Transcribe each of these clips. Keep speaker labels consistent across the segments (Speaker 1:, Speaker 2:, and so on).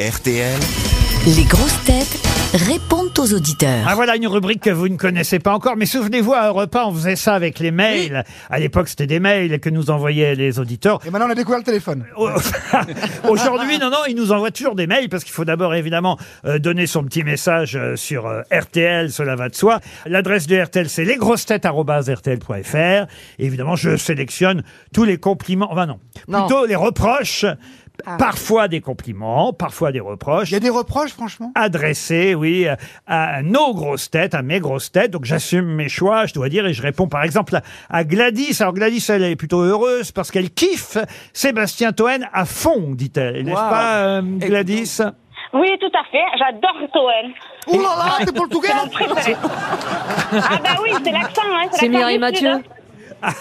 Speaker 1: RTL.
Speaker 2: Les grosses têtes répondent aux auditeurs.
Speaker 3: Ah voilà une rubrique que vous ne connaissez pas encore, mais souvenez-vous, à Europe 1, on faisait ça avec les mails. À l'époque, c'était des mails que nous envoyaient les auditeurs.
Speaker 4: Et maintenant, on a découvert le téléphone.
Speaker 3: Au- Aujourd'hui, non, non, ils nous envoient toujours des mails parce qu'il faut d'abord évidemment euh, donner son petit message euh, sur euh, RTL, cela va de soi. L'adresse de RTL, c'est lesgrossetêtes.rtl.fr. Et évidemment, je sélectionne tous les compliments, enfin non,
Speaker 5: Non.
Speaker 3: plutôt les reproches, parfois des compliments, parfois des reproches
Speaker 4: Il y a des reproches, franchement
Speaker 3: adressé, oui, euh, à nos grosses têtes, à mes grosses têtes. Donc j'assume mes choix, je dois dire, et je réponds par exemple à, à Gladys. Alors Gladys, elle est plutôt heureuse parce qu'elle kiffe Sébastien Toen à fond, dit-elle. N'est-ce pas, euh, Gladys
Speaker 6: Oui, tout à fait. J'adore Toen.
Speaker 4: Ouh là là, t'es portugais
Speaker 6: Préféré. ah bah oui, c'est l'accent. Hein,
Speaker 5: C'est
Speaker 6: l'accent
Speaker 5: Mireille
Speaker 6: du Sud,
Speaker 5: Mathieu.
Speaker 6: hein.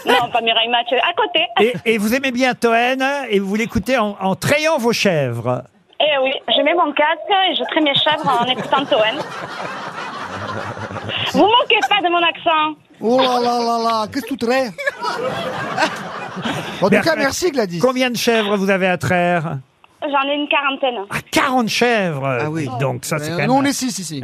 Speaker 6: Non, pas Mireille Mathieu. À côté.
Speaker 3: et, et vous aimez bien Toen et vous l'écoutez en, en trayant vos chèvres.
Speaker 6: Eh oui, je mets mon casque et je traîne mes chèvres en écoutant Toen. Vous manquez pas de mon accent.
Speaker 4: Oh là là là là, qu'est-ce que tu traînes En tout cas, merci Gladys.
Speaker 3: Combien de chèvres vous avez à traire
Speaker 6: J'en ai une quarantaine.
Speaker 3: Ah, 40 chèvres
Speaker 4: Ah oui.
Speaker 3: dites Donc ça, c'est quand
Speaker 4: Euh,
Speaker 3: même...
Speaker 4: Nous, on est six ici.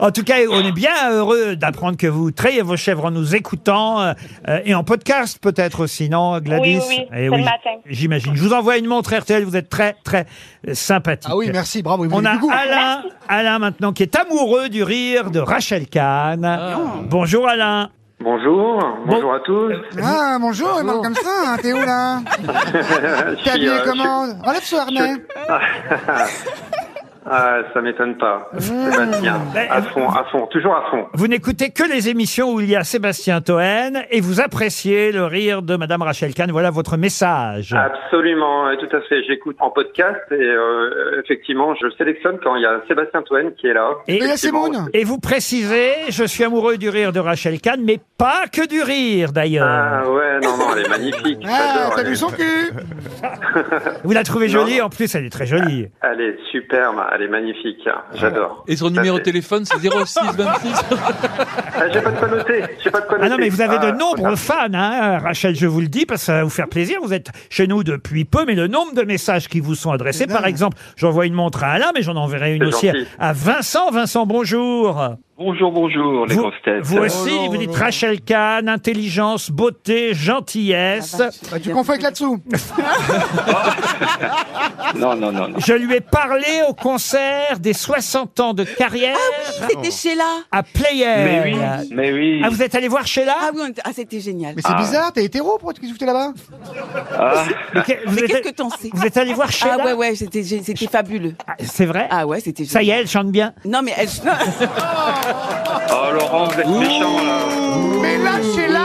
Speaker 3: En tout cas, on est bien heureux d'apprendre que vous trayez vos chèvres en nous écoutant euh, euh, et en podcast peut-être aussi, non, Gladys
Speaker 6: Oui, oui, oui,
Speaker 3: Eh
Speaker 6: c'est le matin.
Speaker 3: J'imagine. Je vous envoie une montre RTL, vous êtes très, très euh, sympathique.
Speaker 4: Ah oui, merci, bravo. il vous
Speaker 3: On
Speaker 4: dit
Speaker 3: a
Speaker 4: du goût.
Speaker 3: Alain, Alain maintenant qui est amoureux du rire de Rachel Kahn. Bonjour Alain.
Speaker 7: Bonjour, bonjour à tous.
Speaker 4: Ah, bonjour, il marche comme ça, hein, t'es où là T'es
Speaker 7: Je suis,
Speaker 4: habillé
Speaker 7: euh,
Speaker 4: comment Enlève ce harnais.
Speaker 7: Ah, ça m'étonne pas. Sébastien,
Speaker 3: Ben,
Speaker 7: à fond, à fond, toujours à fond.
Speaker 3: Vous n'écoutez que les émissions où il y a Sébastien Toen et vous appréciez le rire de Madame Rachel Kahn. Voilà votre message.
Speaker 8: Ah,
Speaker 7: Absolument, et tout à fait. J'écoute en podcast et euh, effectivement, je sélectionne quand il y a Sébastien Toen qui est là.
Speaker 3: Et-
Speaker 4: Mais c'est Moon.
Speaker 3: Et vous précisez, je suis amoureux du rire de Rachel Kahn, mais pas que du rire d'ailleurs.
Speaker 7: Ah ouais, non, non, elle est magnifique.
Speaker 4: Ah,
Speaker 7: J'adore,
Speaker 4: t'as
Speaker 7: elle,
Speaker 4: vu
Speaker 7: est,
Speaker 4: son cul
Speaker 8: Euh,
Speaker 3: Vous la trouvez
Speaker 7: Non.
Speaker 3: jolie, en plus elle est très jolie.
Speaker 7: elle est superbe, elle est magnifique. J'adore.
Speaker 9: Et son
Speaker 7: Tout à
Speaker 9: numéro de
Speaker 7: fait.
Speaker 9: téléphone, c'est 06 26.
Speaker 7: Ah, J'ai pas de quoi noter. J'ai pas de quoi
Speaker 3: Ah
Speaker 7: noter.
Speaker 3: non mais vous avez
Speaker 8: euh,
Speaker 7: Ah,
Speaker 3: de nombreux fans, hein, Rachel, je vous le dis, parce que ça va vous faire plaisir. Vous êtes chez nous depuis peu, mais le nombre de messages qui vous sont adressés, par exemple, j'envoie une montre à Alain, mais j'en enverrai une
Speaker 7: C'est
Speaker 3: aussi à,
Speaker 7: gentil.
Speaker 3: à Vincent. Vincent, bonjour.
Speaker 8: Bonjour, bonjour, les
Speaker 3: vous,
Speaker 8: grosses têtes.
Speaker 3: vous aussi, vous dites Rachel Kahn, intelligence, beauté, gentillesse.
Speaker 4: Bah, Tu confonds avec là-dessous.
Speaker 8: Non, non, non, non.
Speaker 3: Je lui ai parlé au concert des 60 ans de carrière
Speaker 10: Ah
Speaker 4: Ah,
Speaker 10: C'était Sheila.
Speaker 3: à Player.
Speaker 8: Mais oui, mais oui.
Speaker 3: Ah, vous êtes allé voir Sheila
Speaker 10: Ah oui, on était- ah, c'était génial.
Speaker 4: Mais c'est
Speaker 8: Ah.
Speaker 4: bizarre, t'es hétéro, pourquoi tu foutais là-bas
Speaker 8: Ah,
Speaker 3: Mais que- vous,
Speaker 10: Mais
Speaker 3: êtes,
Speaker 10: qu'est-ce que t'en sais
Speaker 3: vous êtes allé voir Sheila
Speaker 10: Ah ouais, ouais, c'était gé- c'était fabuleux.
Speaker 3: Ah, C'est vrai
Speaker 10: Ah ouais, c'était
Speaker 3: Ça
Speaker 10: génial.
Speaker 3: y est, elle chante bien.
Speaker 10: Non, mais elle. non.
Speaker 8: oh, Laurent, vous êtes méchant, là.
Speaker 4: Mais là, c'est là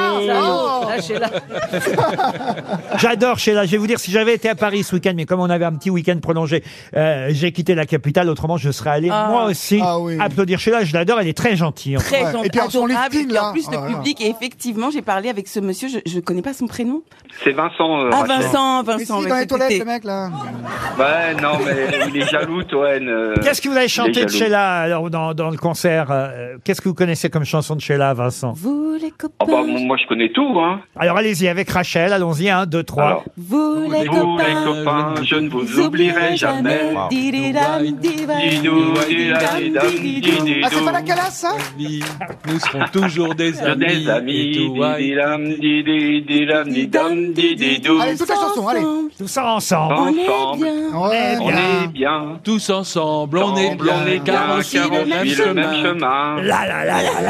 Speaker 3: J'adore Sheila. Je vais vous dire, si j'avais été à Paris ce week-end, mais comme on avait un petit week-end prolongé, euh, j'ai quitté la capitale. Autrement, je serais allé
Speaker 10: Ah.
Speaker 3: moi aussi
Speaker 4: Ah oui.
Speaker 3: applaudir Sheila. Je l'adore. Elle est très gentille. en fait.
Speaker 10: Très
Speaker 4: Ouais.
Speaker 10: gentil,
Speaker 4: Et puis, alors, son
Speaker 10: adorable,
Speaker 4: lifting,
Speaker 10: et puis
Speaker 4: là.
Speaker 10: en plus,
Speaker 4: Ah,
Speaker 10: le public, et effectivement, j'ai parlé avec ce monsieur, je, je connais pas son prénom.
Speaker 8: C'est Vincent. euh,
Speaker 10: Ah,
Speaker 8: Rachel.
Speaker 10: Vincent,
Speaker 4: Mais si,
Speaker 10: Vincent.
Speaker 4: dans les
Speaker 10: écoutez.
Speaker 4: toilettes, le mec, là.
Speaker 8: Ouais, non, mais il est jaloux, Toen. euh.
Speaker 3: Qu'est-ce que vous avez chanté de
Speaker 8: jaloux.
Speaker 3: Sheila alors, dans, dans le concert euh, Qu'est-ce que vous connaissez comme chanson de Sheila, Vincent
Speaker 10: Vous les copains,
Speaker 8: Oh, bah, moi, je connais tout, hein.
Speaker 3: Alors allez-y avec Rachel. Allons-y, un, deux, trois.
Speaker 8: Alors,
Speaker 10: vous les
Speaker 8: vous, les
Speaker 10: copains,
Speaker 8: copains, je ne vous oublierai jamais.
Speaker 10: Didi-dam, diva,
Speaker 8: Didou,
Speaker 10: didi-dam,
Speaker 8: didadidam,
Speaker 10: didi-dou.
Speaker 4: Ah, c'est
Speaker 8: dididou.
Speaker 4: pas la calasse, ça
Speaker 3: Eh
Speaker 9: Nous serons toujours des amis.
Speaker 8: Des amis,
Speaker 9: et tout va-
Speaker 8: didilam, dididilam, didam, dididou.
Speaker 4: Allez, toute la chanson, allez.
Speaker 10: Ensemble,
Speaker 3: Tout ça ensemble.
Speaker 10: On est
Speaker 8: Ensemble.
Speaker 10: bien.
Speaker 4: Ouais,
Speaker 8: On est bien.
Speaker 9: Tous ensemble, on est
Speaker 8: Ensemble,
Speaker 9: bien, car on suit le même
Speaker 8: suit le même
Speaker 9: chemin.
Speaker 8: chemin.
Speaker 3: Là, là, là, là,
Speaker 10: Ah.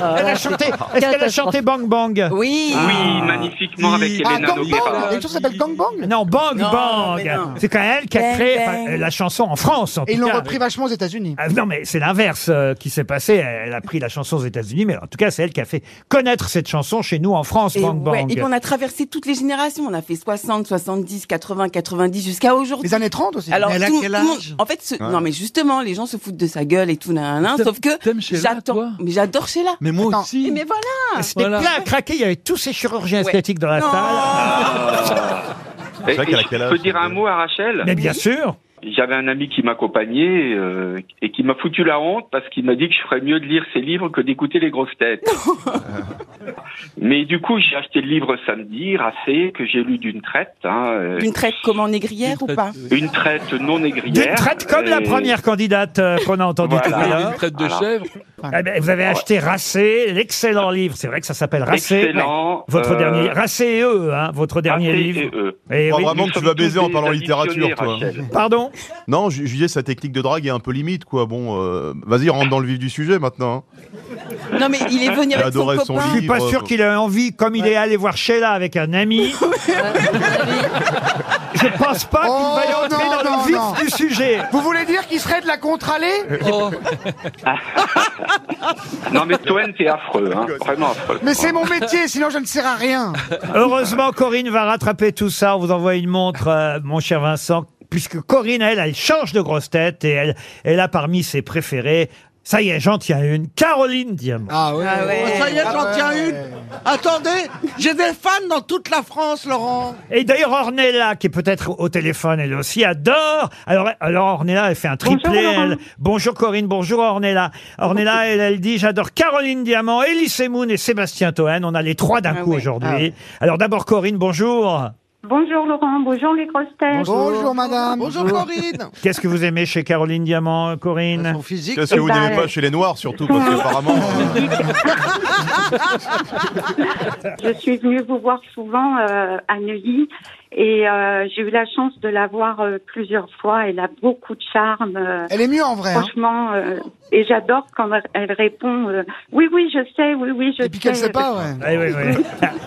Speaker 3: là. Elle a chanté. Est-ce qu'elle a chanté Bang Bang
Speaker 10: Oui.
Speaker 8: Oui, magnifiquement avec
Speaker 9: Ah,
Speaker 4: Ah,
Speaker 8: Elena
Speaker 4: Gangbang
Speaker 8: Noguera.
Speaker 4: Il y a une chanson qui s'appelle Gangbang
Speaker 3: Non, Bang
Speaker 10: Non, mais
Speaker 3: Bang.
Speaker 10: non.
Speaker 3: C'est quand même elle qui a
Speaker 10: Bang,
Speaker 3: créé
Speaker 10: bang.
Speaker 3: enfin, la chanson en France, en
Speaker 4: Et
Speaker 3: tout
Speaker 4: ils l'ont
Speaker 3: cas.
Speaker 4: repris vachement aux États-Unis.
Speaker 3: Ah, non, mais c'est l'inverse euh, qui s'est passé. Elle a pris la chanson aux États-Unis, mais en tout cas, c'est elle qui a fait connaître cette chanson chez nous en France,
Speaker 10: Et,
Speaker 3: Bang
Speaker 10: ouais,
Speaker 3: Bang.
Speaker 10: et puis on a traversé toutes les générations. On a fait 60, 70, 80, 90 jusqu'à aujourd'hui.
Speaker 4: Les années 30 aussi.
Speaker 10: Alors,
Speaker 5: Mais elle a
Speaker 10: tout,
Speaker 5: quel
Speaker 10: tout le monde-
Speaker 5: âge
Speaker 10: en fait, ce- non, mais justement, les gens se foutent de sa gueule et tout, nan, nan, nan,
Speaker 9: T'aimes-
Speaker 10: sauf que
Speaker 9: t'aimes Sheila, toi
Speaker 10: j'attends. Mais j'adore Sheila.
Speaker 9: Mais moi
Speaker 4: Attends.
Speaker 9: aussi.
Speaker 10: Mais voilà.
Speaker 3: C'était
Speaker 9: Voilà.
Speaker 3: plein à craquer. Il y avait tous ces chirurgiens
Speaker 10: Ouais.
Speaker 3: esthétiques dans la
Speaker 10: Non. Ah,
Speaker 3: salle.
Speaker 8: Et-
Speaker 1: vrai
Speaker 8: et
Speaker 1: qu'elle a
Speaker 8: je
Speaker 1: quel âge,
Speaker 8: peux dire
Speaker 1: cette
Speaker 8: un mot à Rachel
Speaker 3: Mais bien sûr.
Speaker 8: J'avais un ami qui m'accompagnait euh, et qui m'a foutu la honte parce qu'il m'a dit que je ferais mieux de lire ses livres que d'écouter les grosses têtes. Mais du coup, j'ai acheté le livre samedi, Racé, que j'ai lu d'une traite. hein, euh,
Speaker 10: Une traite comment négrière ou pas
Speaker 8: une traite non aigrière.
Speaker 3: D'une traite comme la
Speaker 8: Et-
Speaker 3: première candidate euh, qu'on a entendue tout à
Speaker 8: Voilà.
Speaker 3: l'heure.
Speaker 9: Une traite de
Speaker 8: Alors.
Speaker 9: chèvre.
Speaker 3: Eh ben, vous avez acheté Racé, l'excellent livre. C'est vrai que ça s'appelle Racé.
Speaker 8: Ah. Excellent.
Speaker 3: Votre
Speaker 8: euh,
Speaker 3: dernier Racé et eux, hein, votre dernier
Speaker 8: Racé E
Speaker 3: livre.
Speaker 8: et euh, eux.
Speaker 3: Eh
Speaker 1: Oh,
Speaker 3: oui.
Speaker 1: Vraiment
Speaker 8: Nous
Speaker 1: que tu
Speaker 8: sommes
Speaker 1: vas baiser
Speaker 8: tous
Speaker 1: en
Speaker 8: des
Speaker 1: parlant littérature, toi.
Speaker 8: addictionnés, Rachel.
Speaker 3: Pardon.
Speaker 1: Non, je, je disais, sa technique de drague est un peu limite, quoi. Bon, euh, vas-y, rentre dans le vif du sujet maintenant. hein.
Speaker 10: Non, mais il est venu avec son
Speaker 1: adorait son
Speaker 10: copain.
Speaker 3: Je suis pas
Speaker 1: Livre.
Speaker 3: sûr qu'il a envie, comme il est allé voir Sheila avec un ami. Je pense pas qu'il
Speaker 4: Oh,
Speaker 3: va y entrer
Speaker 4: non,
Speaker 3: dans
Speaker 4: non,
Speaker 3: le vif
Speaker 4: non.
Speaker 3: du sujet.
Speaker 4: Vous voulez dire qu'il serait de la contre-allée
Speaker 9: Oh,
Speaker 8: Non mais Toen, t'es affreux, hein, vraiment affreux.
Speaker 4: Mais c'est mon métier, sinon je ne sers à rien.
Speaker 3: Heureusement, Corinne va rattraper tout ça. On vous envoie une montre, euh, mon cher Vincent, puisque Corinne, elle, elle change de grosse tête et elle, elle a parmi ses préférés. Ça y est, j'en tiens une. Caroline Diamant.
Speaker 10: Ah ouais.
Speaker 4: Oh,
Speaker 5: Ça y est, j'en tiens une. Attendez, j'ai des fans dans toute la France, Laurent.
Speaker 3: Et d'ailleurs, Ornella, qui est peut-être au téléphone, elle aussi adore. Alors, alors Ornella, elle fait un triplé.
Speaker 6: Bonjour, Laurent.
Speaker 3: elle- Bonjour Corinne, bonjour Ornella. Ornella, elle, elle dit, j'adore Caroline Diamant, Elise Moon et Sébastien Toen. On a les trois d'un
Speaker 10: Ah
Speaker 3: coup
Speaker 10: ouais.
Speaker 3: aujourd'hui. Alors d'abord Corinne, bonjour.
Speaker 6: Bonjour Laurent, bonjour les grosses têtes.
Speaker 4: Bonjour, madame.
Speaker 5: Bonjour Corinne.
Speaker 3: Qu'est-ce que vous aimez chez Caroline Diamant, Corinne
Speaker 5: Son physique.
Speaker 1: Qu'est-ce que
Speaker 6: Eh
Speaker 1: vous
Speaker 6: ben,
Speaker 1: n'aimez pas chez les Noirs, surtout, parce qu'apparemment. euh,
Speaker 6: Je suis venue vous voir souvent euh, à Neuilly et euh, j'ai eu la chance de la voir euh, plusieurs fois. Elle a beaucoup de charme. euh,
Speaker 4: Elle est mieux en vrai. hein.
Speaker 6: Franchement, euh, et j'adore quand elle répond euh, oui, oui, je sais, oui, oui, je sais.
Speaker 4: Et puis qu'elle sait pas, ouais.
Speaker 3: Eh oui, oui.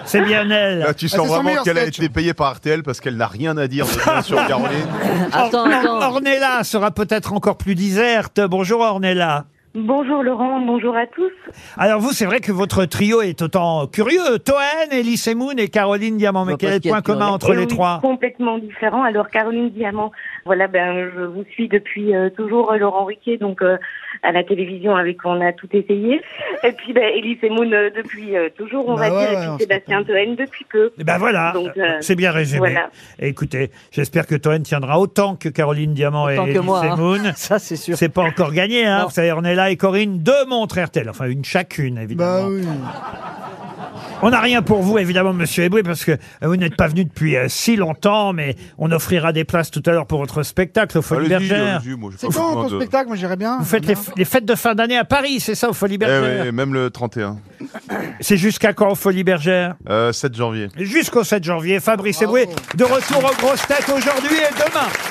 Speaker 3: C'est bien elle.
Speaker 1: Là, tu
Speaker 4: Ah,
Speaker 1: sens
Speaker 4: c'est son
Speaker 1: vraiment
Speaker 4: meilleur
Speaker 1: qu'elle a
Speaker 4: sketch.
Speaker 1: été payée par RTL parce qu'elle n'a rien à dire de bien sur Caroline.
Speaker 3: Or- Or- Ornella sera peut-être encore plus déserte. Bonjour Ornella.
Speaker 6: Bonjour Laurent, bonjour à tous.
Speaker 3: Alors vous, c'est vrai que votre trio est autant curieux. Toen, Elise Moon et Caroline Diamant. Mais
Speaker 5: Bah,
Speaker 3: quel
Speaker 5: parce
Speaker 3: est le
Speaker 5: qu'il y a
Speaker 3: point
Speaker 5: de
Speaker 3: commun
Speaker 5: curieux.
Speaker 3: entre
Speaker 6: Eh
Speaker 3: les
Speaker 6: oui,
Speaker 3: trois
Speaker 6: Complètement différent. Alors Caroline Diamant, voilà, ben je vous suis depuis euh, toujours euh, Laurent Riquet, donc euh, à la télévision avec on a tout essayé. Et puis ben Elise et Moon euh, depuis euh, toujours, on
Speaker 4: Bah
Speaker 6: va
Speaker 4: ouais,
Speaker 6: dire,
Speaker 4: ouais,
Speaker 6: et
Speaker 4: on
Speaker 6: puis Sébastien Toen depuis peu.
Speaker 3: Eh ben voilà,
Speaker 6: Donc, euh,
Speaker 3: c'est bien résumé.
Speaker 6: voilà.
Speaker 3: Écoutez, j'espère que Toen tiendra autant que Caroline Diamant
Speaker 5: Autant
Speaker 3: et
Speaker 5: que moi,
Speaker 3: Elise
Speaker 5: hein.
Speaker 3: Moon.
Speaker 5: Ça, c'est sûr.
Speaker 3: C'est pas encore gagné, hein.
Speaker 5: Non.
Speaker 3: Vous savez, Ornella et Corinne, deux montres RTL. Enfin, une chacune, évidemment.
Speaker 4: Bah oui.
Speaker 3: On n'a rien pour vous, évidemment, monsieur Eboué, parce que euh, vous n'êtes pas venu depuis euh, si longtemps, mais on offrira des places tout à l'heure pour votre spectacle au Folie
Speaker 1: Allez-y,
Speaker 3: Bergère.
Speaker 1: allez-y, euh, moi, j'ai
Speaker 4: C'est
Speaker 1: pas
Speaker 4: quand
Speaker 1: besoin
Speaker 4: ton
Speaker 1: de-
Speaker 4: spectacle Moi j'irais bien.
Speaker 3: Vous faites les, f- les fêtes de fin d'année à Paris, c'est ça, au Folie
Speaker 1: Eh
Speaker 3: Bergère
Speaker 1: ouais, même le 31,
Speaker 3: C'est jusqu'à quand au Folie Bergère
Speaker 1: Euh, 7 janvier.
Speaker 3: Jusqu'au 7 janvier, Fabrice Eboué, de retour aux grosses têtes aujourd'hui et demain.